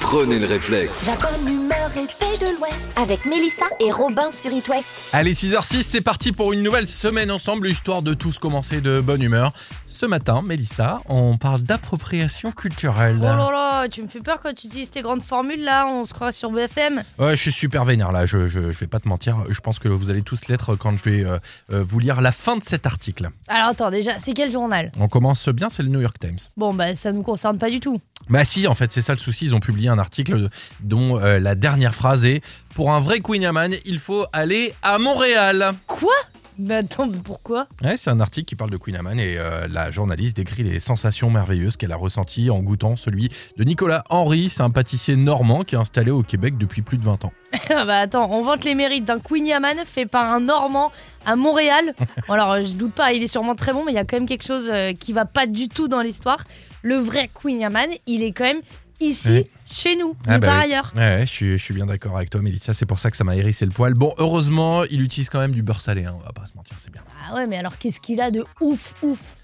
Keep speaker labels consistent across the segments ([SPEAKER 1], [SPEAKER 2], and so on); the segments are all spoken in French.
[SPEAKER 1] Prenez le réflexe.
[SPEAKER 2] La bonne humeur et paix de l'Ouest avec Mélissa et Robin sur It West.
[SPEAKER 3] Allez, 6h06, c'est parti pour une nouvelle semaine ensemble, histoire de tous commencer de bonne humeur. Ce matin, Mélissa, on parle d'appropriation culturelle.
[SPEAKER 4] Oh là là, tu me fais peur quand tu utilises tes grandes formules là, on se croit sur BFM.
[SPEAKER 3] Ouais, je suis super vénère là, je, je, je vais pas te mentir. Je pense que vous allez tous l'être quand je vais euh, euh, vous lire la fin de cet article.
[SPEAKER 4] Alors attends, déjà, c'est quel journal
[SPEAKER 3] On commence bien, c'est le New York Times.
[SPEAKER 4] Bon bah ça nous concerne pas du tout.
[SPEAKER 3] Bah si, en fait, c'est ça le souci. Ils ont publié un article dont euh, la dernière phrase est Pour un vrai Queen Amman, il faut aller à Montréal.
[SPEAKER 4] Quoi Mais attends, mais pourquoi
[SPEAKER 3] Ouais, c'est un article qui parle de Queen Amman et euh, la journaliste décrit les sensations merveilleuses qu'elle a ressenties en goûtant celui de Nicolas Henry. C'est un pâtissier normand qui est installé au Québec depuis plus de 20 ans.
[SPEAKER 4] Ah Bah attends, on vante les mérites d'un Queen Yaman fait par un Normand à Montréal. Bon, alors euh, je doute pas, il est sûrement très bon, mais il y a quand même quelque chose euh, qui va pas du tout dans l'histoire. Le vrai Queen Yaman, il est quand même ici,
[SPEAKER 3] Ouais.
[SPEAKER 4] chez nous,
[SPEAKER 3] Ah
[SPEAKER 4] mais
[SPEAKER 3] bah
[SPEAKER 4] par
[SPEAKER 3] oui.
[SPEAKER 4] ailleurs.
[SPEAKER 3] Ouais, ouais, je, suis, je suis bien d'accord avec toi, Mélissa. C'est pour ça que ça m'a hérissé le poil. Bon, heureusement, il utilise quand même du beurre salé. hein, on va pas se mentir, c'est bien.
[SPEAKER 4] Ah ouais, mais alors qu'est-ce qu'il a de ouf ouf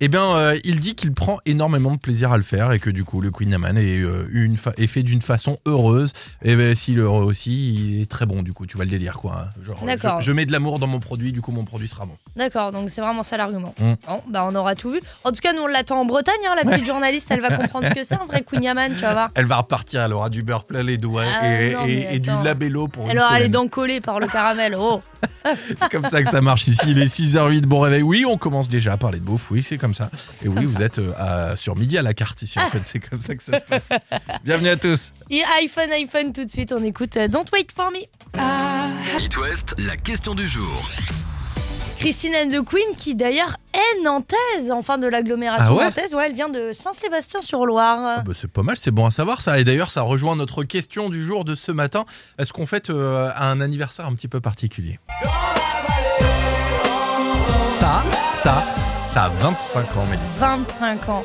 [SPEAKER 3] Eh bien, euh, il dit qu'il prend énormément de plaisir à le faire et que du coup, le Queen Amman est, euh, une fa- est fait d'une façon heureuse. Et ben, s'il est heureux aussi, il est très bon. Du coup, tu vois le délire, quoi. hein. Genre, euh,
[SPEAKER 4] D'accord.
[SPEAKER 3] Je, je mets de l'amour dans mon produit, du coup, mon produit sera bon.
[SPEAKER 4] D'accord, donc c'est vraiment ça l'argument.
[SPEAKER 3] Mm.
[SPEAKER 4] Bon, bah on aura tout vu. En tout cas, nous on l'attend en Bretagne, hein, la petite journaliste, elle va comprendre ce que c'est un vrai Queen Yaman, tu vas voir.
[SPEAKER 3] Elle va repartir, elle aura du beurre plein les doigts
[SPEAKER 4] Ah,
[SPEAKER 3] et, et-
[SPEAKER 4] non, mais
[SPEAKER 3] et du
[SPEAKER 4] attends.
[SPEAKER 3] labello pour une
[SPEAKER 4] Elle aura les
[SPEAKER 3] semaine.
[SPEAKER 4] dents collées par le caramel. Oh
[SPEAKER 3] C'est comme ça que ça marche ici. Il est 6h08, bon réveil. Oui, on commence déjà à parler de bouffe. Oui, c'est comme ça. Et oui, vous êtes euh, à- sur midi à la carte
[SPEAKER 4] Ah.
[SPEAKER 3] ici. En fait, c'est comme ça que ça se passe. Bienvenue à tous.
[SPEAKER 4] Et iPhone, iPhone, tout de suite, on écoute euh, Don't Wait For Me.
[SPEAKER 1] It West, la question du jour.
[SPEAKER 4] Christine Anne de Queen, qui d'ailleurs est nantaise, enfin de l'agglomération
[SPEAKER 3] Ah ouais
[SPEAKER 4] nantaise. Ouais, elle vient de Saint-Sébastien-sur-Loire.
[SPEAKER 3] Ah bah, c'est pas mal, c'est bon à savoir ça. Et d'ailleurs, ça rejoint notre question du jour de ce matin. Est-ce qu'on fête euh, un anniversaire un petit peu particulier Ça, ça, ça a 25 ans, Mélissa.
[SPEAKER 4] 25 ans,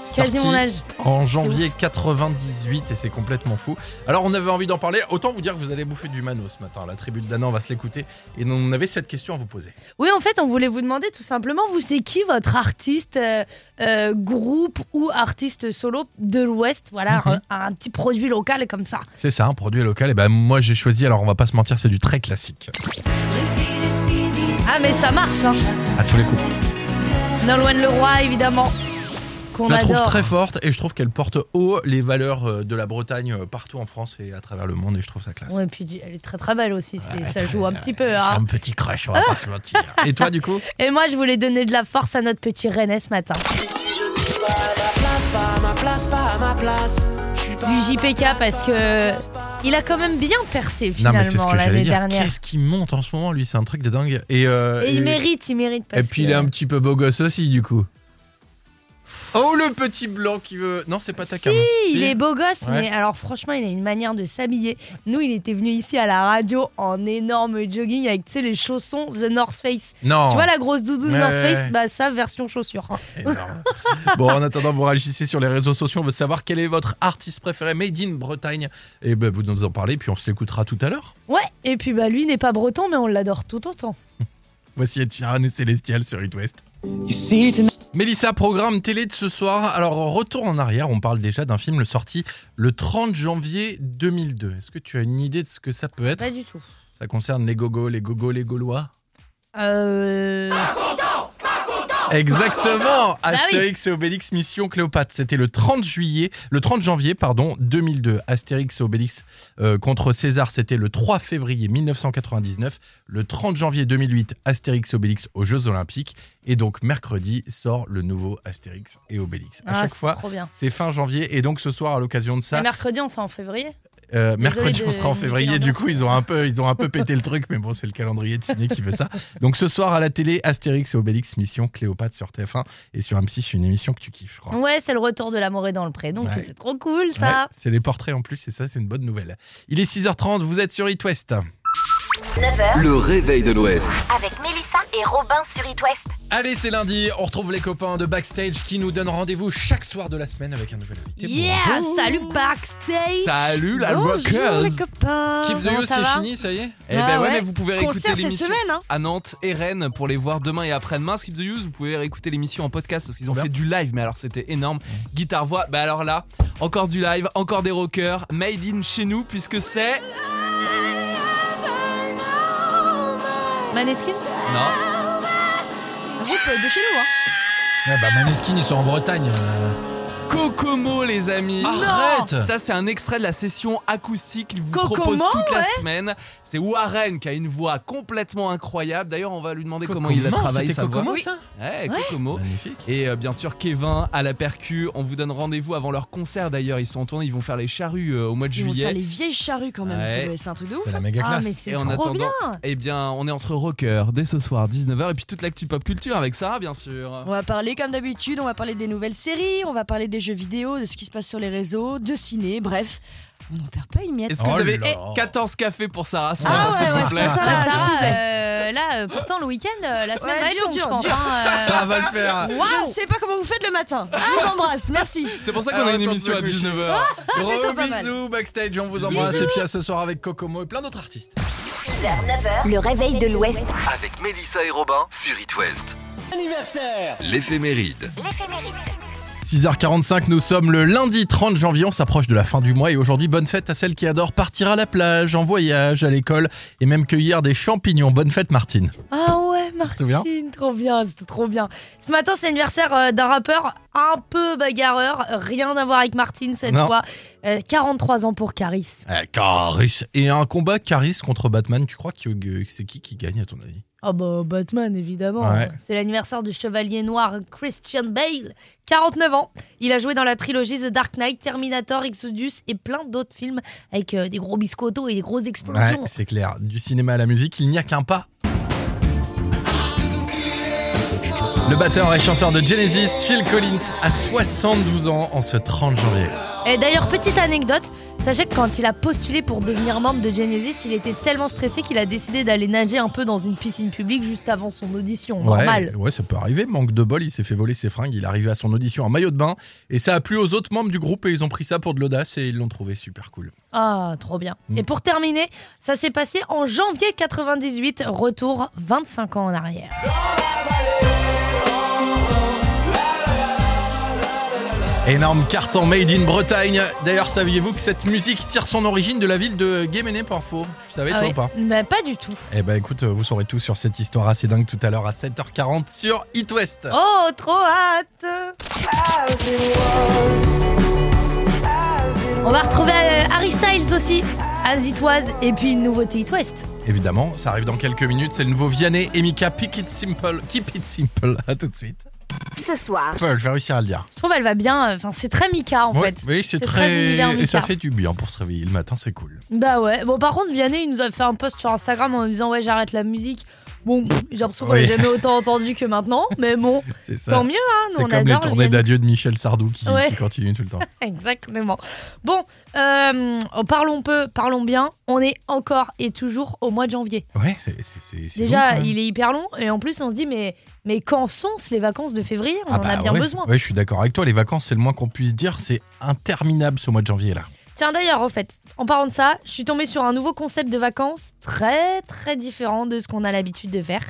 [SPEAKER 3] C'est
[SPEAKER 4] quasi
[SPEAKER 3] sorti
[SPEAKER 4] mon âge.
[SPEAKER 3] En janvier 98 et c'est complètement fou. Alors on avait envie d'en parler, autant vous dire que vous allez bouffer du mano ce matin. La tribu de Danan va se l'écouter et on avait cette question à vous poser.
[SPEAKER 4] Oui, en fait, on voulait vous demander tout simplement, vous, c'est qui votre artiste, euh, euh, groupe ou artiste solo de l'Ouest Voilà,
[SPEAKER 3] Mhm.
[SPEAKER 4] un, un petit produit local comme ça.
[SPEAKER 3] C'est ça, un produit local. Et ben moi j'ai choisi, alors on va pas se mentir, c'est du très classique.
[SPEAKER 4] Ah, mais ça marche, hein
[SPEAKER 3] À tous les coups.
[SPEAKER 4] Nolwenn Leroy, évidemment, qu'on
[SPEAKER 3] Je la trouve
[SPEAKER 4] adore.
[SPEAKER 3] très forte et je trouve qu'elle porte haut les valeurs euh, de la Bretagne euh, partout en France et à travers le monde et je trouve ça classe.
[SPEAKER 4] Ouais, et puis du- elle est très très belle aussi, c'est-
[SPEAKER 3] Ouais,
[SPEAKER 4] ça
[SPEAKER 3] très- euh,
[SPEAKER 4] joue un petit peu.
[SPEAKER 3] J'ai
[SPEAKER 4] hein.
[SPEAKER 3] un petit crush, on va pas se mentir. Et toi du coup
[SPEAKER 4] Et moi, je voulais donner de la force à notre petit René ce matin. Du JPK parce que il a quand même bien percé finalement l'année dernière.
[SPEAKER 3] Qu'est-ce qui monte en ce moment lui C'est un truc de dingue. Et, euh,
[SPEAKER 4] Et il
[SPEAKER 3] et-
[SPEAKER 4] mérite, il mérite.
[SPEAKER 3] Et
[SPEAKER 4] Parce
[SPEAKER 3] puis
[SPEAKER 4] que-
[SPEAKER 3] il est un petit peu beau gosse aussi, du coup. Oh, le petit blanc qui veut. Non, c'est pas ta
[SPEAKER 4] Si,
[SPEAKER 3] cam. hein.
[SPEAKER 4] il
[SPEAKER 3] Si.
[SPEAKER 4] est beau gosse,
[SPEAKER 3] Ouais.
[SPEAKER 4] mais alors franchement, il a une manière de s'habiller. Nous, il était venu ici à la radio en énorme jogging avec, tu sais, les chaussons The North Face.
[SPEAKER 3] Non. Eh,
[SPEAKER 4] Tu vois la grosse doudou
[SPEAKER 3] Oh. Ouais,
[SPEAKER 4] North
[SPEAKER 3] ouais,
[SPEAKER 4] Face
[SPEAKER 3] ouais.
[SPEAKER 4] Bah ça, version chaussure. hein.
[SPEAKER 3] Énorme. bon, en attendant, vous réagissez sur les réseaux sociaux. On veut savoir quel est votre artiste préféré Made in Bretagne. Et ben, vous nous en parlez, puis on se l'écoutera tout à l'heure.
[SPEAKER 4] Ouais, et puis bah lui n'est pas breton, mais on l'adore tout autant.
[SPEAKER 3] Voici Ed Sheeran et Célestial sur It West. Mélissa, programme télé de ce soir. Alors, retour en arrière, on parle déjà d'un film sorti le 30 janvier 2002. Est-ce que tu as une idée de ce que ça peut être
[SPEAKER 4] Pas du tout.
[SPEAKER 3] Ça concerne les gogos, les gogos, les gaulois
[SPEAKER 4] Euh...
[SPEAKER 3] Exactement
[SPEAKER 4] Bah oui.
[SPEAKER 3] Astérix et Obélix Mission Cléopâtre. C'était le 30 juillet, le 30 janvier pardon, 2002. Astérix et Obélix euh, contre César, c'était le 3 février 1999. Le 30 janvier 2008, Astérix et Obélix aux Jeux Olympiques. Et donc mercredi sort le nouveau Astérix et Obélix. À
[SPEAKER 4] ah,
[SPEAKER 3] chaque
[SPEAKER 4] c'est
[SPEAKER 3] fois,
[SPEAKER 4] Trop Eh bien.
[SPEAKER 3] c'est fin janvier. Et donc ce soir, à l'occasion de
[SPEAKER 4] Mais
[SPEAKER 3] ça,
[SPEAKER 4] mercredi, on sera en février.
[SPEAKER 3] euh, mercredi,
[SPEAKER 4] de
[SPEAKER 3] on sera en
[SPEAKER 4] niquer
[SPEAKER 3] février. Du
[SPEAKER 4] l'ambiance.
[SPEAKER 3] coup, ils ont un peu, ils ont un peu pété le truc, mais bon, c'est le calendrier de ciné qui veut ça. Donc, ce soir à la télé, Astérix et Obélix, Mission Cléopâtre sur TF1 et sur M6, une émission que tu kiffes, je crois.
[SPEAKER 4] Ouais, c'est le retour de l'amour est dans le pré, donc
[SPEAKER 3] Ouais.
[SPEAKER 4] c'est trop cool ça.
[SPEAKER 3] Ouais, c'est les portraits en plus, et ça, c'est une bonne nouvelle. Il est 6h30, vous êtes sur It West.
[SPEAKER 2] 9h
[SPEAKER 1] Le réveil de l'Ouest.
[SPEAKER 2] avec Mélissa et Robin sur It West.
[SPEAKER 3] Allez, c'est lundi, on retrouve les copains de Backstage qui nous donnent rendez-vous chaque soir de la semaine avec un nouvel invité.
[SPEAKER 4] Yeah,
[SPEAKER 3] Bonjour.
[SPEAKER 4] salut backstage.
[SPEAKER 5] Salut la
[SPEAKER 4] Bonjour
[SPEAKER 5] Rockers
[SPEAKER 4] les copains.
[SPEAKER 3] Skip de
[SPEAKER 4] Comment
[SPEAKER 3] You,
[SPEAKER 4] Oh, ça
[SPEAKER 3] c'est
[SPEAKER 4] va
[SPEAKER 3] fini, ça y est
[SPEAKER 5] Eh ben
[SPEAKER 4] Ah
[SPEAKER 5] ouais,
[SPEAKER 4] ouais.
[SPEAKER 5] mais vous pouvez réécouter
[SPEAKER 4] Concert cette
[SPEAKER 5] l'émission
[SPEAKER 4] semaine, hein
[SPEAKER 5] à Nantes et Rennes pour les voir demain et après-demain. Skip the Use, vous pouvez réécouter l'émission en podcast parce qu'ils ont
[SPEAKER 3] Bien.
[SPEAKER 5] fait du live, mais alors c'était énorme. Guitare voix, bah alors là, encore du live, encore des rockers, made in chez nous puisque c'est
[SPEAKER 4] Maneskin,
[SPEAKER 5] non,
[SPEAKER 4] un groupe de chez nous, hein.
[SPEAKER 3] Ah bah Maneskin, ils sont en Bretagne. euh.
[SPEAKER 5] Kokomo les amis.
[SPEAKER 3] Ah, Arrête
[SPEAKER 5] Ça c'est un extrait de la session acoustique qu'ils vous
[SPEAKER 4] Kokomo,
[SPEAKER 5] proposent toute la
[SPEAKER 4] ouais.
[SPEAKER 5] semaine. C'est Warren qui a une voix complètement incroyable. D'ailleurs, on va lui demander comment il a travaillé
[SPEAKER 3] C'était
[SPEAKER 5] sa voix.
[SPEAKER 3] Kokomo, ça
[SPEAKER 5] Ouais, Kokomo.
[SPEAKER 3] Magnifique.
[SPEAKER 5] Et euh, bien sûr, Kevin à la percu. On vous donne rendez-vous avant leur concert d'ailleurs. Ils sont en tournée, ils vont faire les charrues euh, au mois de
[SPEAKER 6] Ils vont faire
[SPEAKER 5] juillet.
[SPEAKER 6] les vieilles charrues quand même,
[SPEAKER 5] Ouais.
[SPEAKER 6] ça doit- c'est un truc de ouf.
[SPEAKER 3] C'est la méga
[SPEAKER 4] Ah,
[SPEAKER 3] classe.
[SPEAKER 4] mais c'est
[SPEAKER 5] Et en
[SPEAKER 4] trop
[SPEAKER 5] attendant-
[SPEAKER 4] bien.
[SPEAKER 5] Eh bien, on est entre rockers dès ce soir, 19h, et puis toute l'actu pop culture avec Sarah, bien sûr.
[SPEAKER 6] On va parler comme d'habitude, on va parler des nouvelles séries, on va parler des jeux vidéo, de ce qui se passe sur les réseaux, de ciné, bref, on n'en perd pas une miette.
[SPEAKER 5] Est-ce que
[SPEAKER 3] Oh
[SPEAKER 5] vous avez
[SPEAKER 3] là.
[SPEAKER 4] Eh,
[SPEAKER 5] 14 cafés pour Sarah ce
[SPEAKER 6] Ah
[SPEAKER 5] matin,
[SPEAKER 6] ouais,
[SPEAKER 5] s'il vous
[SPEAKER 6] ouais, ce
[SPEAKER 5] plaît
[SPEAKER 6] matin,
[SPEAKER 4] Ah,
[SPEAKER 6] là,
[SPEAKER 4] Sarah,
[SPEAKER 6] s'il vous plaît.
[SPEAKER 4] euh, là, euh, pourtant, le week-end, euh, la semaine
[SPEAKER 6] Ouais,
[SPEAKER 4] va être
[SPEAKER 6] dur,
[SPEAKER 4] longue, je
[SPEAKER 6] dur,
[SPEAKER 4] pense.
[SPEAKER 6] dur.
[SPEAKER 4] hein, euh.
[SPEAKER 3] Ça va le faire.
[SPEAKER 6] Je ne sais pas comment vous faites le matin. Je vous embrasse, merci.
[SPEAKER 5] Ah C'est pour ça
[SPEAKER 3] Ah,
[SPEAKER 5] qu'on a une
[SPEAKER 3] attends,
[SPEAKER 5] émission à
[SPEAKER 3] je me couche.
[SPEAKER 5] 19h.
[SPEAKER 3] Gros
[SPEAKER 6] plutôt Ah, pas mal.
[SPEAKER 3] bisous, Backstage, on vous embrasse. Et puis à ce soir avec Kokomo et plein d'autres artistes.
[SPEAKER 2] 9h, le réveil de l'Ouest.
[SPEAKER 1] Avec Mélissa et Robin sur It West. Anniversaire L'éphéméride.
[SPEAKER 3] 6h45, nous sommes le lundi 30 janvier, on s'approche de la fin du mois et aujourd'hui bonne fête à celle qui adore partir à la plage, en voyage, à l'école et même cueillir des champignons. Bonne fête Martine.
[SPEAKER 4] Ah ouais,
[SPEAKER 3] te souviens
[SPEAKER 4] Martine, trop bien, c'était trop bien. Ce matin, c'est l'anniversaire euh, d'un rappeur un peu bagarreur, rien à voir avec Martine cette
[SPEAKER 3] Non.
[SPEAKER 4] fois. Euh, 43 ans pour Caris.
[SPEAKER 3] Euh, Caris. Et un combat Caris contre Batman, tu crois que que c'est qui qui gagne à ton avis
[SPEAKER 4] Ah bah Batman évidemment.
[SPEAKER 3] Ouais.
[SPEAKER 4] C'est l'anniversaire du chevalier noir Christian Bale, 49 ans. Il a joué dans la trilogie The Dark Knight, Terminator, Exodus et plein d'autres films avec euh, des gros biscottos et des grosses
[SPEAKER 3] Ouais,
[SPEAKER 4] explosions.
[SPEAKER 3] c'est clair. Du cinéma à la musique, il n'y a qu'un pas. Le batteur et chanteur de Genesis, Phil Collins, a 72 ans en ce 30 janvier.
[SPEAKER 4] Et d'ailleurs petite anecdote, sachez que quand il a postulé pour devenir membre de Genesis, il était tellement stressé qu'il a décidé d'aller nager un peu dans une piscine publique juste avant son audition. Normal.
[SPEAKER 3] Ouais, ouais, ça peut arriver. Manque de bol, il s'est fait voler ses fringues. Il est arrivé à son audition en maillot de bain. Et ça a plu aux autres membres du groupe et ils ont pris ça pour de l'audace et ils l'ont trouvé super cool.
[SPEAKER 4] Ah, trop bien.
[SPEAKER 3] Mm.
[SPEAKER 4] Et pour terminer, ça s'est passé en janvier 98, retour 25 ans en arrière.
[SPEAKER 3] Énorme carton made in Bretagne. D'ailleurs, saviez-vous que cette musique tire son origine de la ville de Guémené, Parfois Tu savais,
[SPEAKER 4] Ah
[SPEAKER 3] toi
[SPEAKER 4] ouais.
[SPEAKER 3] ou pas
[SPEAKER 4] Mais pas du tout.
[SPEAKER 3] Eh ben écoute, vous saurez tout sur cette histoire assez dingue tout à l'heure à 7h40 sur It West.
[SPEAKER 4] Oh, trop hâte On va retrouver euh, Harry Styles aussi, As It Was, et puis une nouveauté It West.
[SPEAKER 3] Évidemment, ça arrive dans quelques minutes. C'est le nouveau Vianney et Mika Pick It Simple. Keep It Simple. À tout de suite.
[SPEAKER 2] Ce soir,
[SPEAKER 3] Paul, je vais réussir à le dire.
[SPEAKER 4] Je trouve elle va bien, euh, enfin c'est très Mika en
[SPEAKER 3] Ouais,
[SPEAKER 4] fait.
[SPEAKER 3] oui, c'est
[SPEAKER 4] C'est
[SPEAKER 3] très.
[SPEAKER 4] très univers
[SPEAKER 3] et ça
[SPEAKER 4] Mika.
[SPEAKER 3] fait du bien pour se réveiller le matin, c'est cool.
[SPEAKER 4] Bah ouais, bon par contre Vianney il nous a fait un post sur Instagram en nous disant ouais j'arrête la musique. Bon, pff, j'ai l'impression qu'on
[SPEAKER 3] Oui.
[SPEAKER 4] l'a jamais autant entendu que maintenant, mais bon,
[SPEAKER 3] C'est ça.
[SPEAKER 4] tant mieux hein, nous,
[SPEAKER 3] C'est
[SPEAKER 4] on
[SPEAKER 3] comme les
[SPEAKER 4] adore
[SPEAKER 3] tournées
[SPEAKER 4] Vianney.
[SPEAKER 3] d'adieu de Michel Sardou qui,
[SPEAKER 4] Ouais.
[SPEAKER 3] qui continuent tout le temps.
[SPEAKER 4] Exactement. Bon, euh, parlons peu, parlons bien. On est encore et toujours au mois de janvier.
[SPEAKER 3] Ouais, c'est- c'est- c'est hein. c'est long,
[SPEAKER 4] Déjà,
[SPEAKER 3] quand même.
[SPEAKER 4] il est hyper long et en plus on se dit mais mais quand sont les vacances de février On
[SPEAKER 3] Ah
[SPEAKER 4] en
[SPEAKER 3] bah
[SPEAKER 4] a bien
[SPEAKER 3] ouais.
[SPEAKER 4] besoin.
[SPEAKER 3] Ouais, je suis d'accord avec toi. Les vacances, c'est le moins qu'on puisse dire. C'est interminable ce mois de janvier là.
[SPEAKER 4] Tiens d'ailleurs en fait, en parlant de ça, je suis tombée sur un nouveau concept de vacances très très différent de ce qu'on a l'habitude de faire.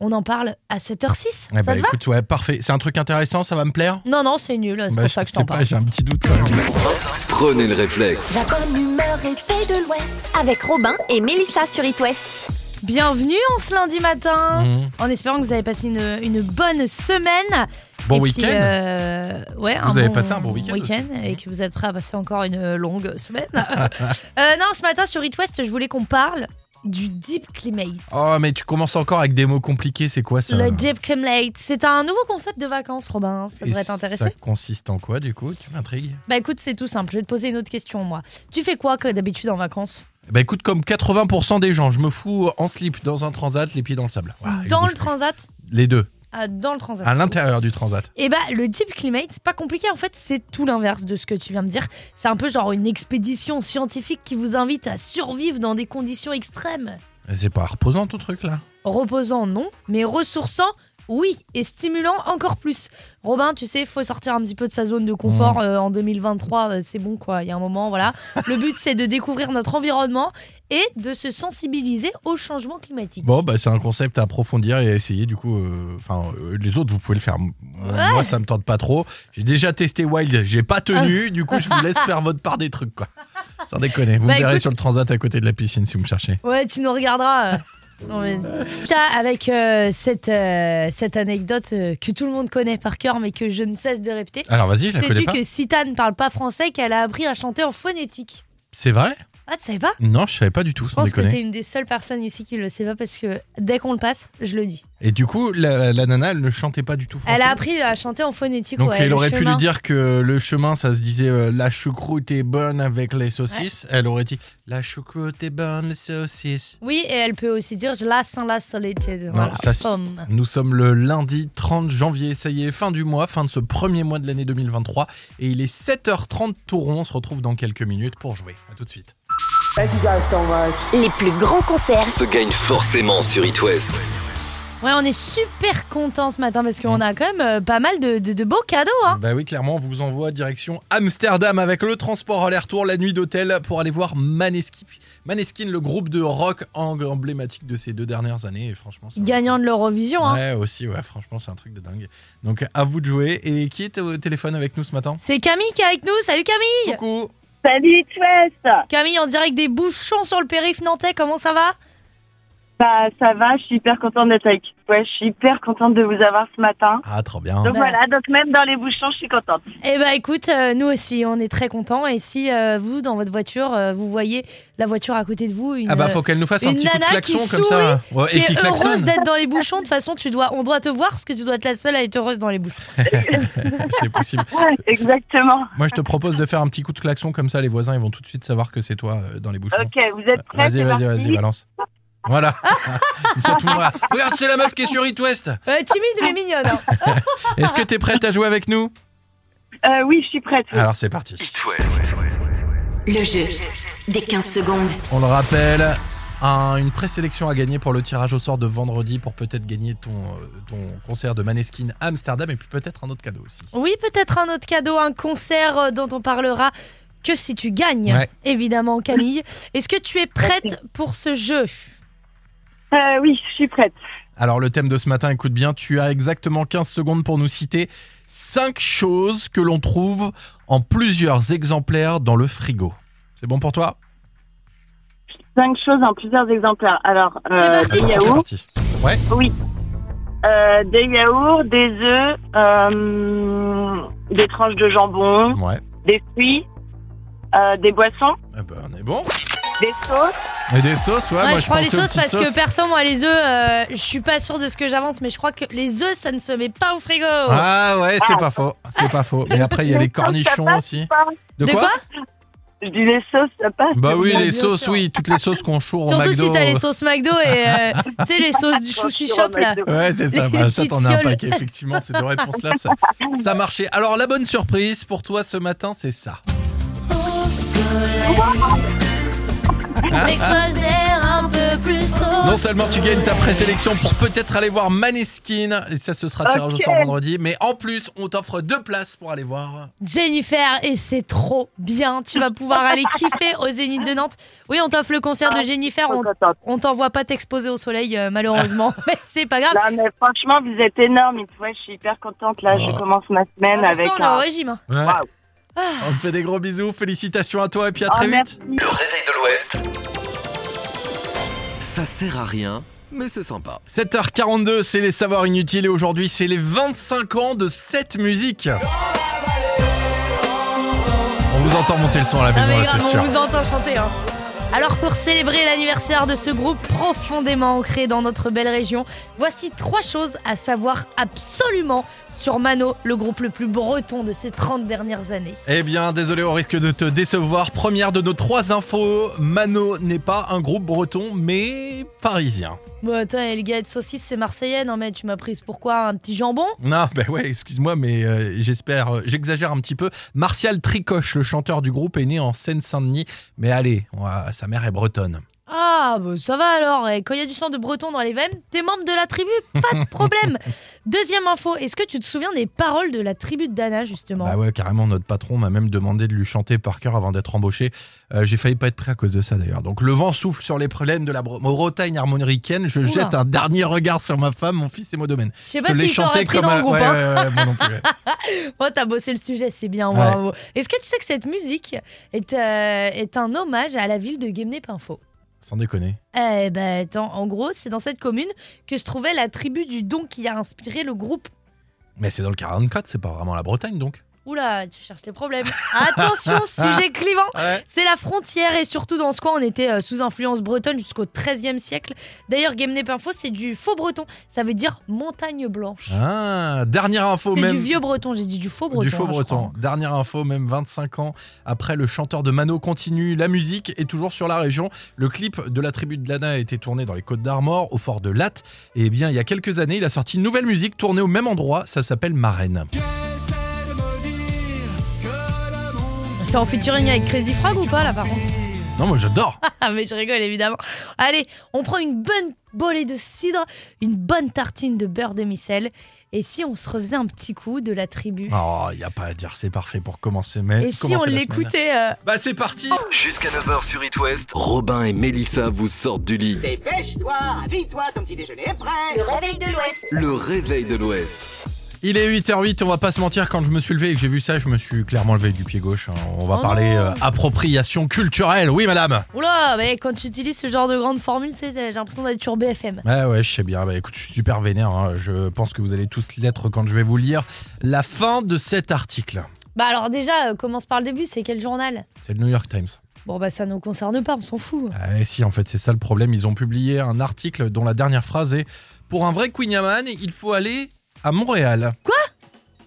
[SPEAKER 4] On en parle à 7h06.
[SPEAKER 3] Eh
[SPEAKER 4] ça
[SPEAKER 3] bah
[SPEAKER 4] te va
[SPEAKER 3] écoute, ouais, parfait. C'est un truc intéressant, ça va me plaire.
[SPEAKER 4] Non non, c'est nul, c'est
[SPEAKER 3] Bah,
[SPEAKER 4] pour ça que je t'en
[SPEAKER 3] sais pas,
[SPEAKER 4] parle.
[SPEAKER 3] J'ai un petit doute. quand même.
[SPEAKER 1] Prenez le réflexe.
[SPEAKER 2] la bonne humeur et paix de l'Ouest. Avec Robin et Mélissa sur It West.
[SPEAKER 4] Bienvenue en ce lundi matin.
[SPEAKER 3] Mmh.
[SPEAKER 4] En espérant que vous avez passé une, une bonne semaine.
[SPEAKER 3] Bon
[SPEAKER 4] Et puis,
[SPEAKER 3] week-end.
[SPEAKER 4] euh, ouais,
[SPEAKER 3] Vous avez passé un bon week-end
[SPEAKER 4] et que vous êtes prêts à passer encore une longue semaine. Euh, non, ce matin sur It West, je voulais qu'on parle du Deep Climate.
[SPEAKER 3] Oh, mais tu commences encore avec des mots compliqués. C'est quoi ça
[SPEAKER 4] Le Deep Climate, c'est un nouveau concept de vacances, Robin. Ça
[SPEAKER 3] Et
[SPEAKER 4] devrait t'intéresser.
[SPEAKER 3] Ça consiste en quoi du coup Tu m'intrigues.
[SPEAKER 4] Bah écoute, c'est tout simple. Je vais te poser une autre question, moi. Tu fais quoi que d'habitude en vacances
[SPEAKER 3] Bah écoute, comme 80% des gens, je me fous en slip dans un transat, les pieds dans le sable. Voilà, et Ah, je
[SPEAKER 4] Dans
[SPEAKER 3] bouge
[SPEAKER 4] le
[SPEAKER 3] plus.
[SPEAKER 4] transat
[SPEAKER 3] Les deux.
[SPEAKER 4] Ah, Dans le transat.
[SPEAKER 3] À l'intérieur du transat.
[SPEAKER 4] Et bah, le Deep Climate, c'est pas compliqué en fait, c'est tout l'inverse de ce que tu viens de dire. C'est un peu genre une expédition scientifique qui vous invite à survivre dans des conditions extrêmes.
[SPEAKER 3] Eh, C'est pas reposant tout truc là.
[SPEAKER 4] Reposant, non, mais ressourçant, oui, et stimulant encore plus. Robin, tu sais, faut sortir un petit peu de sa zone de confort
[SPEAKER 3] Mm.
[SPEAKER 4] euh, en 2023, euh, c'est bon quoi, il y a un moment, voilà. Le but, c'est de découvrir notre environnement et de se sensibiliser au changement climatique.
[SPEAKER 3] Bon, bah, c'est un concept à approfondir et à essayer. Du coup, euh, enfin, euh, les autres, vous pouvez le faire. M- euh,
[SPEAKER 4] Ouais.
[SPEAKER 3] Moi, ça me tente pas trop. J'ai déjà testé Wild, j'ai pas tenu. du coup, je vous laisse faire votre part des trucs, quoi. Sans déconner. Vous
[SPEAKER 4] Bah,
[SPEAKER 3] me verrez
[SPEAKER 4] écoute-
[SPEAKER 3] sur le transat à côté de la piscine si vous me cherchez.
[SPEAKER 4] Ouais, tu nous regarderas. euh. Non, mais- T'as, avec euh, cette, euh, cette anecdote euh, que tout le monde connaît par cœur, mais que je ne cesse de répéter.
[SPEAKER 3] Alors, vas-y, je la connais
[SPEAKER 4] Sais-tu
[SPEAKER 3] pas.
[SPEAKER 4] que Sita ne parle pas français, qu'elle a appris à chanter en phonétique
[SPEAKER 3] C'est vrai
[SPEAKER 4] Ah, tu savais pas
[SPEAKER 3] Non, je savais pas du tout,
[SPEAKER 4] Je
[SPEAKER 3] sans
[SPEAKER 4] pense que t'es
[SPEAKER 3] déconner.
[SPEAKER 4] une des seules personnes ici qui le sait pas parce que dès qu'on le passe, je le dis.
[SPEAKER 3] Et du coup, la, la nana, elle ne chantait pas du tout français.
[SPEAKER 4] Elle a appris à chanter en phonétique.
[SPEAKER 3] Donc,
[SPEAKER 4] ouais,
[SPEAKER 3] elle
[SPEAKER 4] le
[SPEAKER 3] aurait pu
[SPEAKER 4] chemin.
[SPEAKER 3] lui dire que le chemin, ça se disait euh, la choucroute est bonne avec les saucisses. Elle aurait dit la choucroute est bonne, les saucisses.
[SPEAKER 4] Oui, et elle peut aussi dire je la sens la solitude. Voilà.
[SPEAKER 3] ça, c'est-
[SPEAKER 4] Pomme.
[SPEAKER 3] Nous sommes le lundi 30 janvier, ça y est, fin du mois, fin de ce premier mois de l'année 2023, et il est 7h30 tout rond, on se retrouve dans quelques minutes pour jouer. À tout de suite.
[SPEAKER 7] Thank you guys so much.
[SPEAKER 2] Les plus grands concerts
[SPEAKER 1] se gagne forcément sur It West.
[SPEAKER 4] Ouais, on est super contents ce matin parce qu'on a quand même euh, pas mal de, de- de beaux cadeaux. Hein.
[SPEAKER 3] Bah oui, clairement, on vous envoie direction Amsterdam avec le transport aller-retour, la nuit d'hôtel pour aller voir Maneskin, Maneskin, le groupe de rock ang- emblématique de ces deux dernières années, et franchement, c'est un-
[SPEAKER 4] Gagnant de l'Eurovision. hein.
[SPEAKER 3] Ouais, aussi, ouais, franchement, c'est un truc de dingue. Donc, à vous de jouer. Et qui est au téléphone avec nous ce matin
[SPEAKER 4] C'est Camille qui est avec nous. Salut Camille
[SPEAKER 3] Coucou
[SPEAKER 8] Salut It West
[SPEAKER 4] Camille, en direct des bouchons sur le périph' nantais, comment ça va
[SPEAKER 8] Bah ça va, je suis hyper contente d'être avec It West, je suis hyper contente de vous avoir ce matin.
[SPEAKER 3] Ah, trop bien.
[SPEAKER 8] Donc
[SPEAKER 4] Bah.
[SPEAKER 8] voilà, donc même dans les bouchons, je suis contente.
[SPEAKER 4] Eh ben écoute, euh, nous aussi, on est très contents. Et si euh, vous, dans votre voiture, euh, vous voyez la voiture à côté de vous, une,
[SPEAKER 3] Ah bah
[SPEAKER 4] euh,
[SPEAKER 3] faut qu'elle nous fasse un
[SPEAKER 4] une
[SPEAKER 3] petit coup de
[SPEAKER 4] nana
[SPEAKER 3] klaxon
[SPEAKER 4] qui
[SPEAKER 3] comme ça Ouais,
[SPEAKER 4] qui
[SPEAKER 3] et qui
[SPEAKER 4] est heureuse
[SPEAKER 3] klaxonne.
[SPEAKER 4] d'être dans les bouchons, de toute façon, tu dois, on doit te voir parce que tu dois être la seule à être heureuse dans les bouchons.
[SPEAKER 3] c'est possible.
[SPEAKER 8] Ouais, exactement.
[SPEAKER 3] Moi je te propose de faire un petit coup de klaxon comme ça les voisins ils vont tout de suite savoir que c'est toi euh, dans les bouchons.
[SPEAKER 8] Ok, vous êtes prêts
[SPEAKER 3] Vas-y
[SPEAKER 8] c'est
[SPEAKER 3] vas-y
[SPEAKER 8] parti
[SPEAKER 3] vas-y balance. Voilà. Comme ça, tout le monde va- Regarde c'est la meuf qui est sur It West.
[SPEAKER 4] Euh, timide mais mignonne. hein.
[SPEAKER 3] Est-ce que t'es prête à jouer avec nous
[SPEAKER 8] Euh, Oui, je suis prête. oui.
[SPEAKER 3] Alors c'est parti.
[SPEAKER 1] It West.
[SPEAKER 2] Le jeu des 15 secondes.
[SPEAKER 3] On le rappelle. un- une présélection à gagner pour le tirage au sort de vendredi pour peut-être gagner ton, euh, ton concert de Maneskin à Amsterdam et puis peut-être un autre cadeau aussi.
[SPEAKER 4] Oui, peut-être un autre cadeau, un concert euh, dont on parlera que si tu gagnes,
[SPEAKER 3] Ouais.
[SPEAKER 4] évidemment, Camille. Est-ce que tu es prête pour ce jeu
[SPEAKER 3] Ah.
[SPEAKER 8] Euh, oui, je suis prête.
[SPEAKER 3] Alors le thème de ce matin, écoute bien, tu as exactement 15 secondes pour nous citer 5 choses que l'on trouve en plusieurs exemplaires dans le frigo. C'est bon pour toi
[SPEAKER 8] Cinq choses en plusieurs exemplaires. Alors, euh,
[SPEAKER 4] parti.
[SPEAKER 8] des
[SPEAKER 3] Attention, c'est
[SPEAKER 8] yaourts,
[SPEAKER 3] parti.
[SPEAKER 8] oui. Euh, des yaourts, des œufs, euh, des tranches de jambon,
[SPEAKER 3] Ouais,
[SPEAKER 8] des fruits, euh, des boissons,
[SPEAKER 3] Eh ben, on est bon.
[SPEAKER 8] des sauces.
[SPEAKER 3] Et des sauces, ouais,
[SPEAKER 4] Ouais,
[SPEAKER 3] moi
[SPEAKER 4] je,
[SPEAKER 3] je
[SPEAKER 4] prends les
[SPEAKER 3] pensais aux
[SPEAKER 4] sauces
[SPEAKER 3] petites
[SPEAKER 4] parce que
[SPEAKER 3] sauces.
[SPEAKER 4] perso, moi, les œufs, euh, je suis pas sûre de ce que j'avance, mais je crois que les œufs, ça ne se met pas au frigo.
[SPEAKER 3] Ah ouais, c'est
[SPEAKER 8] Ah.
[SPEAKER 3] pas faux, c'est pas faux. Mais après, il y a les cornichons aussi. De
[SPEAKER 4] De
[SPEAKER 3] quoi
[SPEAKER 8] Je dis les sauces, ça passe.
[SPEAKER 3] Bah oui,
[SPEAKER 4] Bien
[SPEAKER 3] les
[SPEAKER 4] sûr.
[SPEAKER 3] sauces, oui, toutes les sauces qu'on choure au
[SPEAKER 4] Surtout
[SPEAKER 3] McDo.
[SPEAKER 4] si t'as les sauces McDo et euh, tu sais, les sauces du
[SPEAKER 8] Sur
[SPEAKER 4] sushi
[SPEAKER 8] le
[SPEAKER 4] shop là.
[SPEAKER 8] McDo.
[SPEAKER 3] Ouais, c'est ça.
[SPEAKER 4] Les
[SPEAKER 3] Bah, ça,
[SPEAKER 4] petites
[SPEAKER 3] t'en as un
[SPEAKER 4] fioles.
[SPEAKER 3] paquet, effectivement. Ces deux réponses-là, ça, ça marchait. Alors, la bonne surprise pour toi ce matin, c'est ça. Non seulement tu gagnes ta présélection pour peut-être aller voir Maneskin, et ça ce sera tirage au
[SPEAKER 8] Ok.
[SPEAKER 3] sort vendredi, mais en plus on t'offre deux places pour aller voir.
[SPEAKER 4] Jennifer, et c'est trop bien. Tu vas pouvoir aller kiffer au Zénith de Nantes. Oui, on t'offre le concert de Jennifer.
[SPEAKER 8] Ah, Trop
[SPEAKER 4] On,
[SPEAKER 8] contente.
[SPEAKER 4] on t'envoie pas t'exposer au soleil, euh, malheureusement. Mais c'est pas grave.
[SPEAKER 8] Non, mais franchement, vous êtes énorme. It West, je suis hyper contente. Là, je commence ma
[SPEAKER 4] Ah,
[SPEAKER 8] semaine
[SPEAKER 4] pourtant,
[SPEAKER 8] avec.
[SPEAKER 4] on est
[SPEAKER 8] un-
[SPEAKER 4] au régime. hein.
[SPEAKER 3] Ouais.
[SPEAKER 8] Waouh.
[SPEAKER 3] On te fait des gros bisous, félicitations à toi et puis à
[SPEAKER 8] Oh,
[SPEAKER 3] très vite.
[SPEAKER 8] merci.
[SPEAKER 1] Le réveil de l'Ouest. Ça sert à rien, mais c'est sympa.
[SPEAKER 3] 7h42, c'est les savoirs inutiles et aujourd'hui c'est les 25 ans de cette musique. On vous entend monter le son à la
[SPEAKER 4] Ah,
[SPEAKER 3] maison,
[SPEAKER 4] mais
[SPEAKER 3] là, c'est
[SPEAKER 4] grave,
[SPEAKER 3] sûr.
[SPEAKER 4] on vous entend chanter. hein. Alors, pour célébrer l'anniversaire de ce groupe profondément ancré dans notre belle région, voici trois choses à savoir absolument sur Mano, le groupe le plus breton de ces 30 dernières années.
[SPEAKER 3] Eh bien, désolé au risque de te décevoir. Première de nos trois infos, Mano n'est pas un groupe breton mais parisien.
[SPEAKER 4] Bon, attends, et le gars de saucisse, c'est marseillais. Non, mais tu m'as prise pourquoi Un petit jambon
[SPEAKER 3] Non, ben ouais, excuse-moi, mais euh, j'espère, euh, j'exagère un petit peu. Martial Tricoche, le chanteur du groupe, est né en Seine-Saint-Denis, mais allez, on va- sa mère est bretonne.
[SPEAKER 4] Oh, Ah, bah ça va alors. Et quand il y a du sang de breton dans les veines, t'es membre de la tribu, pas de problème. Deuxième info, est-ce que tu te souviens des paroles de la tribu de Dana, justement
[SPEAKER 3] Bah ouais, carrément, notre patron m'a même demandé de lui chanter par cœur avant d'être embauché. Euh, J'ai failli pas être prêt à cause de ça d'ailleurs. Donc le vent souffle sur les plaines de la Bre- Bretagne harmonicaine. Je
[SPEAKER 4] Oula.
[SPEAKER 3] jette un dernier regard sur ma femme, mon fils et mon domaine.
[SPEAKER 4] Je sais
[SPEAKER 3] Je
[SPEAKER 4] pas
[SPEAKER 3] te l'ai
[SPEAKER 4] si je t'aurais
[SPEAKER 3] chanté
[SPEAKER 4] pris
[SPEAKER 3] comme
[SPEAKER 4] dans le
[SPEAKER 3] un...
[SPEAKER 4] groupe.
[SPEAKER 3] ouais,
[SPEAKER 4] hein.
[SPEAKER 3] ouais, ouais, moi non plus, ouais.
[SPEAKER 4] Oh, t'as bossé le sujet, c'est bien,
[SPEAKER 3] Ouais.
[SPEAKER 4] bravo. Est-ce que tu sais que cette musique est, euh, est un hommage à la ville de Guémené-Pinfo
[SPEAKER 3] Sans déconner.
[SPEAKER 4] Eh ben, attends, en gros, c'est dans cette commune que se trouvait la tribu du Don qui a inspiré le groupe.
[SPEAKER 3] Mais c'est dans le 44, c'est pas vraiment la Bretagne donc.
[SPEAKER 4] Oula, tu cherches les problèmes. Attention, sujet clivant
[SPEAKER 3] Ouais.
[SPEAKER 4] C'est la frontière et surtout dans ce coin, on était euh, sous influence bretonne jusqu'au XIIIe siècle. D'ailleurs, Guémené-Pinfo, c'est du faux breton. Ça veut dire montagne blanche.
[SPEAKER 3] Ah, dernière info
[SPEAKER 4] c'est
[SPEAKER 3] même.
[SPEAKER 4] du vieux breton, j'ai dit du faux breton.
[SPEAKER 3] Du faux
[SPEAKER 4] hein, je
[SPEAKER 3] breton.
[SPEAKER 4] crois.
[SPEAKER 3] Dernière info, même 25 ans après, le chanteur de Mano continue la musique et toujours sur la région. Le clip de la tribu de Lana a été tourné dans les Côtes d'Armor, au fort de Latte. Et eh bien, il y a quelques années, il a sorti une nouvelle musique tournée au même endroit. Ça s'appelle Marraine.
[SPEAKER 4] C'est en featuring avec Crazy Frog ou pas là par contre
[SPEAKER 3] Non, moi j'adore.
[SPEAKER 4] Ah mais je rigole évidemment. Allez, on prend une bonne bolée de cidre, une bonne tartine de beurre de micelle et si on se refaisait un petit coup de la tribu
[SPEAKER 3] Oh, il n'y a pas à dire, c'est parfait pour commencer. Mais
[SPEAKER 4] Et si on
[SPEAKER 3] commencer la semaine.
[SPEAKER 4] l'écoutait euh,
[SPEAKER 3] Bah, c'est parti.
[SPEAKER 1] Jusqu'à 9h sur It West, Robin et Melissa vous sortent du lit.
[SPEAKER 9] Dépêche-toi, habille-toi, ton petit déjeuner est prêt.
[SPEAKER 2] Le réveil de l'Ouest.
[SPEAKER 1] Le réveil de l'Ouest.
[SPEAKER 3] Il est 8h08, on va pas se mentir, quand je me suis levé et que j'ai vu ça, je me suis clairement levé du pied gauche. hein. On va
[SPEAKER 4] Oh
[SPEAKER 3] parler
[SPEAKER 4] non.
[SPEAKER 3] euh, appropriation culturelle, oui madame
[SPEAKER 4] Oula, mais quand tu utilises ce genre de grande formule, tu sais, j'ai l'impression d'être sur BFM.
[SPEAKER 3] Ouais, ouais, je sais bien. Bah, écoute, je suis super vénère. hein. Je pense que vous allez tous l'être quand je vais vous lire la fin de cet article.
[SPEAKER 4] Bah alors déjà, euh, commence par le début, c'est quel journal
[SPEAKER 3] C'est le New York Times.
[SPEAKER 4] Bon bah ça nous concerne pas, on s'en fout.
[SPEAKER 3] Ah, et si, en fait, c'est ça le problème. Ils ont publié un article dont la dernière phrase est Pour un vrai Queen Yaman, il faut aller à Montréal.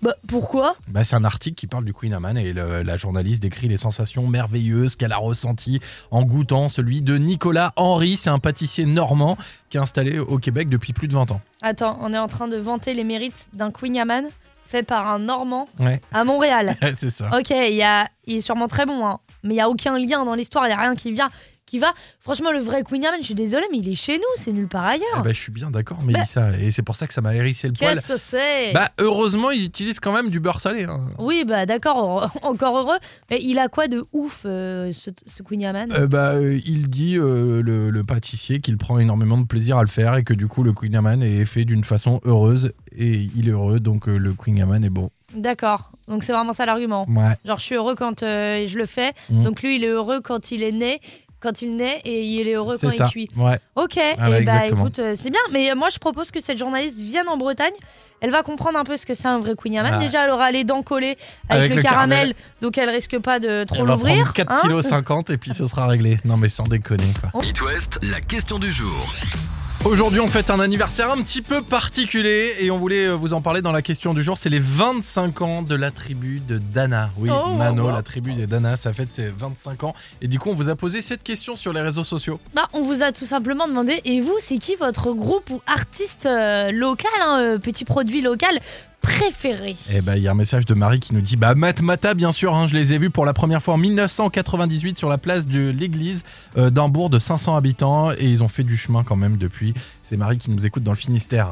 [SPEAKER 4] Bah pourquoi
[SPEAKER 3] Bah, c'est un article qui parle du Queen Amman et le- la journaliste décrit les sensations merveilleuses qu'elle a ressenties en goûtant celui de Nicolas Henry. C'est un pâtissier normand qui est installé au Québec depuis plus de 20 ans.
[SPEAKER 4] Attends, on est en train de vanter les mérites d'un Queen Yaman fait par un Normand
[SPEAKER 3] Ouais,
[SPEAKER 4] à Montréal.
[SPEAKER 3] c'est ça.
[SPEAKER 4] Ok, il, y a, il est sûrement très bon, hein. mais il n'y a aucun lien dans l'histoire, il n'y a rien qui vient, qui va. Franchement, le vrai Queen Yaman, je suis désolée, mais il est chez nous, c'est nulle part
[SPEAKER 3] Eh
[SPEAKER 4] ailleurs.
[SPEAKER 3] ben, je suis bien d'accord, Mélissa. Et c'est pour ça que ça m'a hérissé le poil.
[SPEAKER 4] Qu'est-ce que c'est
[SPEAKER 3] Bah heureusement, ils utilisent quand même du beurre salé. hein.
[SPEAKER 4] Oui, bah d'accord, en- encore heureux, mais il a quoi de ouf, euh, ce, ce Queen Yaman
[SPEAKER 3] Euh, bah euh, il dit euh, le, le pâtissier qu'il prend énormément de plaisir à le faire et que du coup le Queen Amman est fait d'une façon heureuse et il est heureux donc euh, le Queen Amman est bon.
[SPEAKER 4] D'accord, donc c'est vraiment ça l'argument.
[SPEAKER 3] Ouais.
[SPEAKER 4] Genre, je suis heureux quand euh, je le fais,
[SPEAKER 3] Mm.
[SPEAKER 4] donc lui, il est heureux quand il est né. Quand il naît et il est heureux
[SPEAKER 3] C'est
[SPEAKER 4] quand
[SPEAKER 3] ça.
[SPEAKER 4] il cuit.
[SPEAKER 3] Ouais.
[SPEAKER 4] Ok,
[SPEAKER 3] Ah bah,
[SPEAKER 4] et bah
[SPEAKER 3] exactement.
[SPEAKER 4] écoute, euh, c'est bien, mais euh, moi je propose que cette journaliste vienne en Bretagne. Elle va comprendre un peu ce que c'est un vrai Queen Yaman.
[SPEAKER 3] Ah.
[SPEAKER 4] Déjà, elle aura les dents collées avec, le, caramel, donc elle risque pas de trop
[SPEAKER 3] On va prendre
[SPEAKER 4] l'ouvrir.
[SPEAKER 3] 4,50
[SPEAKER 4] hein.
[SPEAKER 3] kg et puis ce sera réglé. Non mais sans déconner quoi.
[SPEAKER 1] It West, la question du jour.
[SPEAKER 3] Aujourd'hui, on fête un anniversaire un petit peu particulier et on voulait euh, vous en parler dans la question du jour. C'est les 25 ans de la tribu de Dana. Oui,
[SPEAKER 4] Oh,
[SPEAKER 3] Mano,
[SPEAKER 4] wow.
[SPEAKER 3] la tribu des Dana, ça fête ses 25 ans. Et du coup, on vous a posé cette question sur les réseaux sociaux.
[SPEAKER 4] Bah, on vous a tout simplement demandé, et vous, c'est qui votre groupe ou artiste euh, local, hein, euh, petit produit local préféré
[SPEAKER 3] Et bah, il y a un message de Marie qui nous dit Bah, Matmata, bien sûr, hein, je les ai vus pour la première fois en 1998 sur la place de l'église euh, d'un bourg de 500 habitants et ils ont fait du chemin quand même depuis. C'est Marie qui nous écoute dans le Finistère.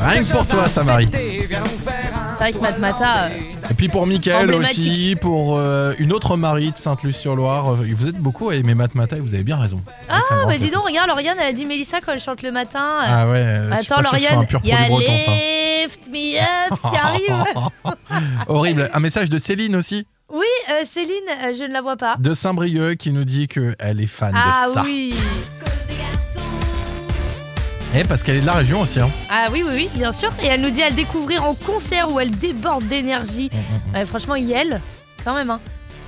[SPEAKER 3] Rien que pour toi, ça, Marie.
[SPEAKER 4] C'est vrai que Matmata, euh,
[SPEAKER 3] Et puis pour Mickaël
[SPEAKER 4] Emblématique.
[SPEAKER 3] aussi, pour euh, une autre Marie de Sainte-Luce-sur-Loire. Euh, Vous êtes beaucoup à aimer Matmata et vous avez bien raison. Ah,
[SPEAKER 4] ah bah dis donc, regarde, Lauriane, elle a dit Mélissa quand elle chante le matin. euh,
[SPEAKER 3] Ah ouais, euh, je suis pas
[SPEAKER 4] Attends,
[SPEAKER 3] sûr que ce soit un
[SPEAKER 4] Lauriane,
[SPEAKER 3] pur
[SPEAKER 4] il y a
[SPEAKER 3] produit breton, ça.
[SPEAKER 4] Lift Me Up qui arrive.
[SPEAKER 3] Ah. Horrible. Un message de Céline aussi,
[SPEAKER 4] Oui, euh, Céline, euh, je ne la vois pas.
[SPEAKER 3] de Saint-Brieuc, qui nous dit qu'elle est fan
[SPEAKER 4] Ah
[SPEAKER 3] de ça.
[SPEAKER 4] oui.
[SPEAKER 3] Eh, parce qu'elle est de la région aussi. Hein.
[SPEAKER 4] Ah oui, oui, oui, bien sûr. Et elle nous dit à le découvrir en concert où elle déborde d'énergie. Ouais, franchement, Yel, quand même. Hein.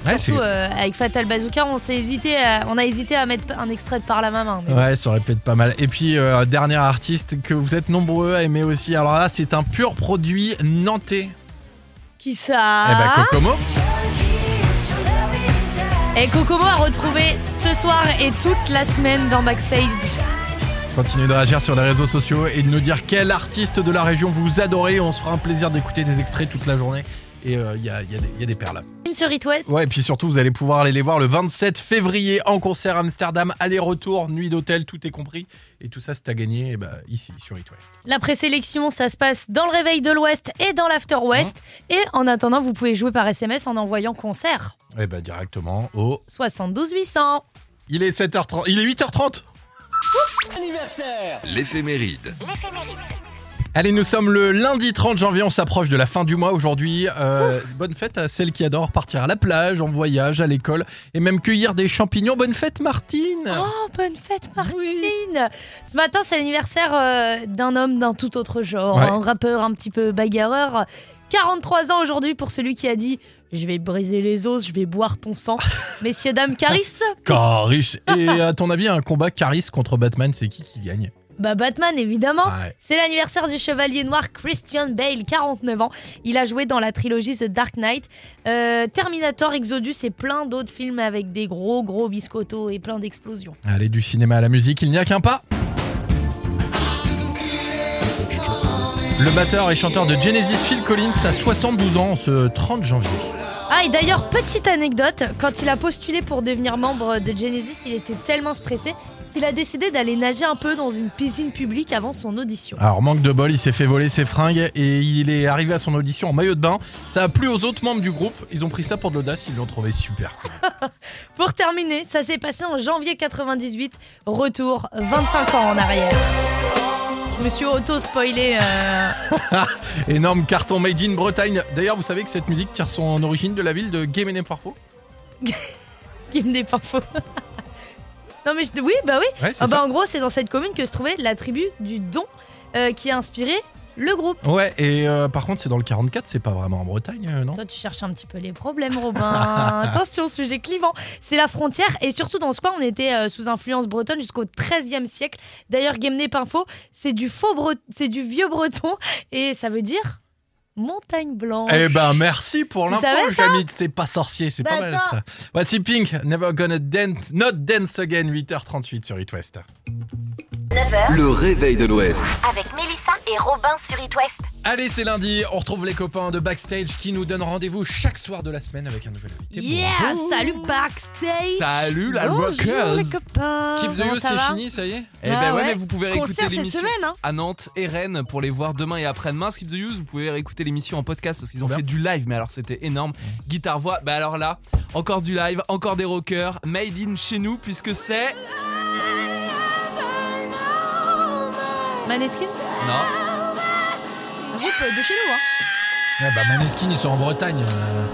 [SPEAKER 3] Ouais,
[SPEAKER 4] Surtout
[SPEAKER 3] Mm, c'est-
[SPEAKER 4] euh, avec Fatal Bazooka, on, s'est hésité à- on a hésité à mettre un extrait de par la main. mais-
[SPEAKER 3] Ouais, ça répète pas mal. Et puis, euh, dernier artiste que vous êtes nombreux à aimer aussi. Alors là, c'est un pur produit nantais.
[SPEAKER 4] Qui
[SPEAKER 3] Eh ben,
[SPEAKER 4] ça
[SPEAKER 3] Kokomo.
[SPEAKER 4] Et Kokomo a retrouvé ce soir et toute la semaine dans Backstage.
[SPEAKER 3] Continuez de réagir sur les réseaux sociaux et de nous dire quel artiste de la région vous adorez. On se fera un plaisir d'écouter des extraits toute la journée. Et euh, il y, a, il y a des- il y a des perles.
[SPEAKER 4] Sur It West.
[SPEAKER 3] Ouais, et puis surtout, vous allez pouvoir aller les voir le 27 février en concert à Amsterdam, aller-retour, nuit d'hôtel, tout est compris. Et tout ça, c'est à gagner eh ben, ici, sur It West.
[SPEAKER 4] La présélection, ça se passe dans le réveil de l'Ouest et dans l'After West. Et en attendant, vous pouvez jouer par SMS en envoyant concert
[SPEAKER 3] Eh ben, directement au.
[SPEAKER 4] 72 800.
[SPEAKER 3] Il est 7h30. Il est 8h30
[SPEAKER 1] l'éphéméride.
[SPEAKER 3] Allez, nous sommes le lundi 30 janvier, on s'approche de la fin du mois aujourd'hui. Euh, bonne fête à celles qui adorent partir à la plage, en voyage, à l'école et même cueillir des champignons. Bonne fête, Martine
[SPEAKER 4] Oh, bonne fête, Martine Ce matin, c'est l'anniversaire euh, d'un homme d'un tout autre genre,
[SPEAKER 3] Ouais.
[SPEAKER 4] un rappeur un petit peu bagarreur. 43 ans aujourd'hui pour celui qui a dit Je vais briser les os, je vais boire ton sang. Messieurs, dames, Caris
[SPEAKER 3] Caris Et à ton avis, un combat Caris contre Batman, c'est qui qui gagne
[SPEAKER 4] Bah, Batman, évidemment
[SPEAKER 3] Ouais.
[SPEAKER 4] C'est l'anniversaire du chevalier noir Christian Bale, 49 ans. Il a joué dans la trilogie The Dark Knight, euh, Terminator, Exodus et plein d'autres films avec des gros gros biscottos et plein d'explosions.
[SPEAKER 3] Allez, du cinéma à la musique, il n'y a qu'un pas. Le batteur et chanteur de Genesis Phil Collins a 72 ans ce 30 janvier.
[SPEAKER 4] Ah et d'ailleurs, petite anecdote, quand il a postulé pour devenir membre de Genesis, il était tellement stressé qu'il a décidé d'aller nager un peu dans une piscine publique avant son audition.
[SPEAKER 3] Alors manque de bol, il s'est fait voler ses fringues et il est arrivé à son audition en maillot de bain. Ça a plu aux autres membres du groupe, ils ont pris ça pour de l'audace, ils l'ont trouvé super cool.
[SPEAKER 4] Pour terminer, ça s'est passé en janvier 98, retour 25 ans en arrière. Je me suis auto-spoilé. euh,
[SPEAKER 3] Énorme carton made in Bretagne. D'ailleurs, vous savez que cette musique tire son origine de la ville de Guémené Parfo
[SPEAKER 4] qui me déparfois. non mais je- oui, bah oui.
[SPEAKER 3] Ouais, c'est
[SPEAKER 4] Ah bah,
[SPEAKER 3] ça.
[SPEAKER 4] en gros, c'est dans cette commune que se trouvait la tribu du Don euh, qui a inspiré le groupe.
[SPEAKER 3] Ouais, et euh, par contre, c'est dans le 44, c'est pas vraiment en Bretagne, euh, non
[SPEAKER 4] Toi, tu cherches un petit peu les problèmes, Robin. Attention, sujet clivant. C'est la frontière et surtout dans ce coin, on était euh, sous influence bretonne jusqu'au XIIIe siècle. D'ailleurs, Guémené Pinfo, c'est du faux bre- c'est du vieux breton et ça veut dire montagne blanche.
[SPEAKER 3] Eh ben merci pour
[SPEAKER 4] Tu
[SPEAKER 3] l'info,
[SPEAKER 4] savais ça
[SPEAKER 3] Jamie. C'est pas sorcier, c'est pas
[SPEAKER 4] Bah,
[SPEAKER 3] mal
[SPEAKER 4] attends.
[SPEAKER 3] ça. Voici Pink, Never Gonna Dance, Not Dance Again, 8h38 sur It West.
[SPEAKER 1] Le réveil de l'Ouest.
[SPEAKER 2] Avec Mélissa et Robin sur It West.
[SPEAKER 3] Allez, c'est lundi, on retrouve les copains de Backstage qui nous donnent rendez-vous chaque soir de la semaine avec un nouvel invité.
[SPEAKER 4] Yeah, salut backstage.
[SPEAKER 5] Salut la
[SPEAKER 6] Bonjour
[SPEAKER 5] rockers
[SPEAKER 6] les copains
[SPEAKER 3] Skip de
[SPEAKER 4] Comment
[SPEAKER 3] You,
[SPEAKER 4] ça
[SPEAKER 3] c'est
[SPEAKER 4] va
[SPEAKER 3] fini, ça y est
[SPEAKER 5] Eh ben
[SPEAKER 6] Ah
[SPEAKER 5] ouais,
[SPEAKER 6] ouais.
[SPEAKER 5] mais vous pouvez réécouter
[SPEAKER 6] Concert cette
[SPEAKER 5] l'émission
[SPEAKER 6] semaine, hein
[SPEAKER 5] à Nantes et Rennes pour les voir demain et après-demain. Skip the Use, vous pouvez réécouter l'émission en podcast parce qu'ils ont
[SPEAKER 3] Bien.
[SPEAKER 5] fait du live, mais alors c'était énorme. Guitare voix, bah alors là, encore du live, encore des rockers, made in chez nous puisque c'est
[SPEAKER 4] Maneskin
[SPEAKER 5] non,
[SPEAKER 6] Un groupe euh, de chez nous, hein
[SPEAKER 3] Ah bah Maneskin, ils sont en Bretagne. euh.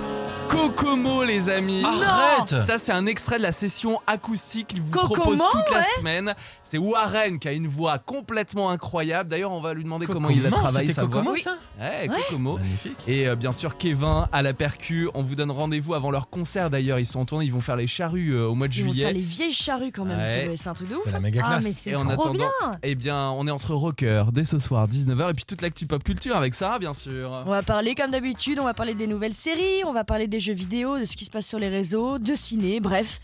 [SPEAKER 5] Kokomo les amis.
[SPEAKER 3] Arrête
[SPEAKER 5] Ça c'est un extrait de la session acoustique qu'ils vous
[SPEAKER 4] Kokomo,
[SPEAKER 5] proposent toute la semaine. C'est Warren qui a une voix complètement incroyable. D'ailleurs, on va lui demander comment il a
[SPEAKER 3] Kokomo,
[SPEAKER 5] travaillé
[SPEAKER 3] c'était
[SPEAKER 5] sa voix.
[SPEAKER 3] Kokomo,
[SPEAKER 5] Oui.
[SPEAKER 3] ça
[SPEAKER 5] Ouais, Kokomo.
[SPEAKER 3] Magnifique.
[SPEAKER 5] Et euh, bien sûr Kevin à la percu, on vous donne rendez-vous avant leur concert d'ailleurs, ils sont en tournée, ils vont faire les charrues euh, au mois de
[SPEAKER 6] Ils vont faire
[SPEAKER 5] juillet.
[SPEAKER 6] les vieilles charrues quand même,
[SPEAKER 5] Ouais.
[SPEAKER 6] ça doit- c'est un truc de ouf.
[SPEAKER 3] C'est la méga
[SPEAKER 4] Ah
[SPEAKER 3] classe.
[SPEAKER 4] mais c'est
[SPEAKER 5] Et
[SPEAKER 4] trop
[SPEAKER 5] en attendant-
[SPEAKER 4] bien.
[SPEAKER 5] Eh bien, on est entre rockers dès ce soir 19h et puis toute l'actu pop culture avec Sarah bien sûr.
[SPEAKER 6] On va parler comme d'habitude, on va parler des nouvelles séries, on va parler des jeux vidéo, de ce qui se passe sur les réseaux, de ciné, bref.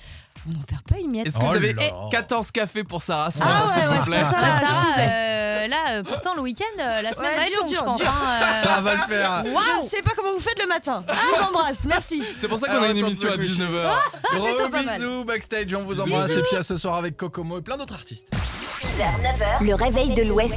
[SPEAKER 6] On n'en perd pas une miette.
[SPEAKER 5] Est-ce que
[SPEAKER 3] Oh
[SPEAKER 5] vous avez
[SPEAKER 3] là.
[SPEAKER 5] 14 cafés pour Sarah ce
[SPEAKER 6] Ah
[SPEAKER 5] matin,
[SPEAKER 6] ouais,
[SPEAKER 5] s'il vous
[SPEAKER 6] ouais, ce
[SPEAKER 5] plaît
[SPEAKER 6] matin,
[SPEAKER 4] Ah,
[SPEAKER 6] là,
[SPEAKER 4] Sarah,
[SPEAKER 6] s'il vous plaît.
[SPEAKER 4] euh, là, euh, pourtant, le week-end, euh, la semaine
[SPEAKER 6] Ouais,
[SPEAKER 4] va être
[SPEAKER 6] dur,
[SPEAKER 4] longue,
[SPEAKER 6] dur,
[SPEAKER 4] je pense.
[SPEAKER 6] dur.
[SPEAKER 4] hein, euh.
[SPEAKER 3] Ça Ah, va le faire.
[SPEAKER 6] Je ne sais pas comment vous faites le matin. Je vous embrasse, merci.
[SPEAKER 5] C'est pour ça qu'on
[SPEAKER 3] Alors,
[SPEAKER 5] a une
[SPEAKER 3] attends,
[SPEAKER 5] émission à
[SPEAKER 3] Sophie.
[SPEAKER 5] 19h.
[SPEAKER 6] Ah,
[SPEAKER 3] Gros
[SPEAKER 6] pas mal.
[SPEAKER 3] bisous, Backstage, on vous embrasse. Et puis à ce soir avec Kokomo et plein d'autres artistes.
[SPEAKER 2] 6h, 9h. Le réveil de l'Ouest.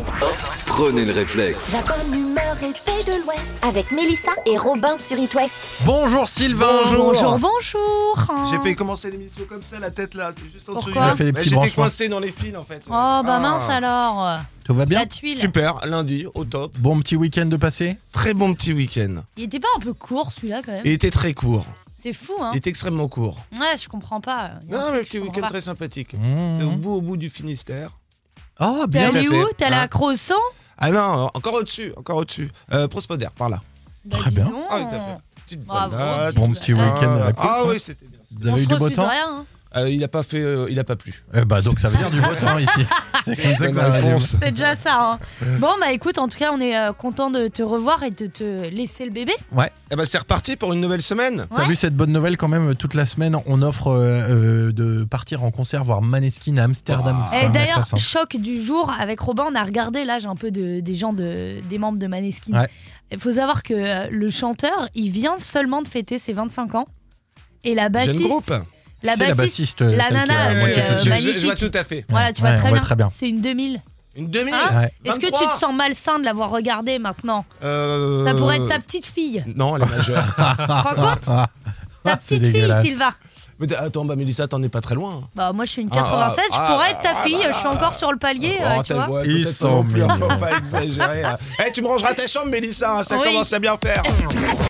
[SPEAKER 1] Prenez le réflexe.
[SPEAKER 2] La bonne humeur et paix de l'Ouest. Avec Mélissa et Robin sur It West.
[SPEAKER 3] Bonjour Sylvain.
[SPEAKER 4] Bonjour, bonjour. Oh,
[SPEAKER 10] J'ai fait commencer l'émission comme ça, la tête là, juste en dessous.
[SPEAKER 4] Ah. Pourquoi Il a
[SPEAKER 3] fait des
[SPEAKER 10] Bah,
[SPEAKER 3] petits
[SPEAKER 10] J'étais
[SPEAKER 3] branchements.
[SPEAKER 10] coincé dans les fils en fait.
[SPEAKER 4] Oh, bah
[SPEAKER 10] Ah.
[SPEAKER 4] mince alors.
[SPEAKER 3] Tout va bien
[SPEAKER 4] La tuile.
[SPEAKER 10] Super, lundi, au top.
[SPEAKER 3] Bon petit week-end de passé
[SPEAKER 10] Très bon petit week-end.
[SPEAKER 4] Il était pas un peu court celui-là quand même
[SPEAKER 10] Il était très court.
[SPEAKER 4] C'est fou, hein
[SPEAKER 10] Il était extrêmement court.
[SPEAKER 4] Ouais, je comprends pas. Il y a un
[SPEAKER 10] Non,
[SPEAKER 4] truc
[SPEAKER 10] mais
[SPEAKER 4] que
[SPEAKER 10] petit
[SPEAKER 4] je comprends
[SPEAKER 10] week-end
[SPEAKER 4] pas. Mhm.
[SPEAKER 10] très sympathique.
[SPEAKER 3] Mmh.
[SPEAKER 10] C'est au bout, au bout du Finistère.
[SPEAKER 3] Ah
[SPEAKER 4] T'es
[SPEAKER 3] bien.
[SPEAKER 4] allé
[SPEAKER 10] tout à
[SPEAKER 4] où
[SPEAKER 10] fait.
[SPEAKER 4] T'es allé
[SPEAKER 10] Hein.
[SPEAKER 4] à Crozon
[SPEAKER 10] Ah non, encore au-dessus, encore au-dessus. Euh, Prospoder, par là.
[SPEAKER 4] Bah,
[SPEAKER 3] Très
[SPEAKER 4] dis
[SPEAKER 3] bien.
[SPEAKER 4] donc.
[SPEAKER 10] Ah oui, tout à fait. Petite
[SPEAKER 4] Bravo.
[SPEAKER 10] balade.
[SPEAKER 3] Bon petit
[SPEAKER 10] Ah,
[SPEAKER 3] week-end à la coupe.
[SPEAKER 10] Ah oui, c'était bien.
[SPEAKER 3] Vous
[SPEAKER 4] On
[SPEAKER 3] avez eu
[SPEAKER 4] se
[SPEAKER 3] du beau
[SPEAKER 4] refuse
[SPEAKER 3] temps
[SPEAKER 4] rien. hein.
[SPEAKER 10] Euh, il a pas fait, euh, il a pas plu.
[SPEAKER 4] Ah.
[SPEAKER 3] Eh bah donc ça veut dire du beau temps ici. C'est comme ça
[SPEAKER 10] Bonne
[SPEAKER 3] qu'on la résume.
[SPEAKER 10] réponse.
[SPEAKER 4] C'est déjà ça. hein. Bon, bah écoute, en tout cas, on est euh, content de te revoir et de te laisser le bébé.
[SPEAKER 10] Eh ben, c'est reparti pour une nouvelle semaine.
[SPEAKER 3] T'as
[SPEAKER 4] Ouais.
[SPEAKER 3] vu cette bonne nouvelle quand même Toute la semaine, on offre euh, euh, de partir en concert voir Maneskin à Amsterdam.
[SPEAKER 10] Oh.
[SPEAKER 3] C'est quand
[SPEAKER 4] Et
[SPEAKER 3] même la
[SPEAKER 4] Eh, d'ailleurs,
[SPEAKER 3] classe, hein.
[SPEAKER 4] choc du jour avec Robin, on a regardé l'âge un peu de, des gens de, des membres de Maneskin.
[SPEAKER 3] Ouais.
[SPEAKER 4] Il faut savoir que euh, le chanteur, il vient seulement de fêter ses 25 ans. Et la
[SPEAKER 10] Jeune
[SPEAKER 4] bassiste,
[SPEAKER 10] groupe.
[SPEAKER 4] la
[SPEAKER 3] C'est
[SPEAKER 4] bassiste,
[SPEAKER 3] la
[SPEAKER 4] la
[SPEAKER 3] celle Ah, qui
[SPEAKER 4] nana,
[SPEAKER 3] a
[SPEAKER 4] euh,
[SPEAKER 3] la moitié
[SPEAKER 4] euh,
[SPEAKER 3] toute
[SPEAKER 10] je,
[SPEAKER 3] jeune.
[SPEAKER 10] je- je vois tout à fait.
[SPEAKER 4] voilà, tu vois
[SPEAKER 3] Ouais, on
[SPEAKER 4] très,
[SPEAKER 3] voit
[SPEAKER 4] bien.
[SPEAKER 3] très bien.
[SPEAKER 4] C'est une 2000.
[SPEAKER 10] Une demi.
[SPEAKER 4] Hein
[SPEAKER 3] Ouais.
[SPEAKER 4] Est-ce que tu te
[SPEAKER 10] 23.
[SPEAKER 4] sens malsain de l'avoir regardé maintenant
[SPEAKER 10] Euh,
[SPEAKER 4] Ça pourrait être ta petite fille.
[SPEAKER 10] Non, elle est majeure.
[SPEAKER 4] Tu te rends compte
[SPEAKER 3] Euh. Ah,
[SPEAKER 4] Ta
[SPEAKER 3] c'est
[SPEAKER 4] petite fille,
[SPEAKER 3] dégueulasse.
[SPEAKER 4] Sylvain.
[SPEAKER 10] Mais t'as- attends, bah, Mélissa, t'en es pas très loin.
[SPEAKER 4] Bah moi je suis une
[SPEAKER 10] Ah, ah,
[SPEAKER 4] 96,
[SPEAKER 10] ah,
[SPEAKER 4] je pourrais être ta
[SPEAKER 10] ah,
[SPEAKER 4] fille,
[SPEAKER 10] bah,
[SPEAKER 4] je suis encore sur le palier,
[SPEAKER 3] Oh,
[SPEAKER 4] euh,
[SPEAKER 10] Oh,
[SPEAKER 4] tu vois.
[SPEAKER 3] Ils sont
[SPEAKER 10] mignons.
[SPEAKER 3] mignons.
[SPEAKER 10] Faut pas exagérer. hein. Eh, tu me rangeras ta chambre, Mélissa. hein, Ça
[SPEAKER 4] Oui.
[SPEAKER 10] commence à bien faire.